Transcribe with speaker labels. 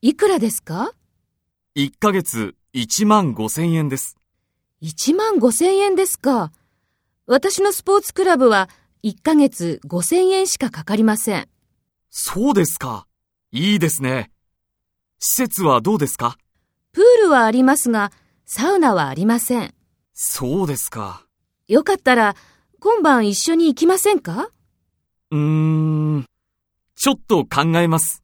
Speaker 1: いくらですか
Speaker 2: 1ヶ月1万5千円です。
Speaker 1: ?1 万5千円ですか。私のスポーツクラブは1ヶ月5千円しかかかりません。
Speaker 2: そうですか。いいですね。施設はどうですか
Speaker 1: プールはありますが、サウナはありません。
Speaker 2: そうですか。
Speaker 1: よかったら、今晩一緒に行きませんか
Speaker 2: うーん。ちょっと考えます。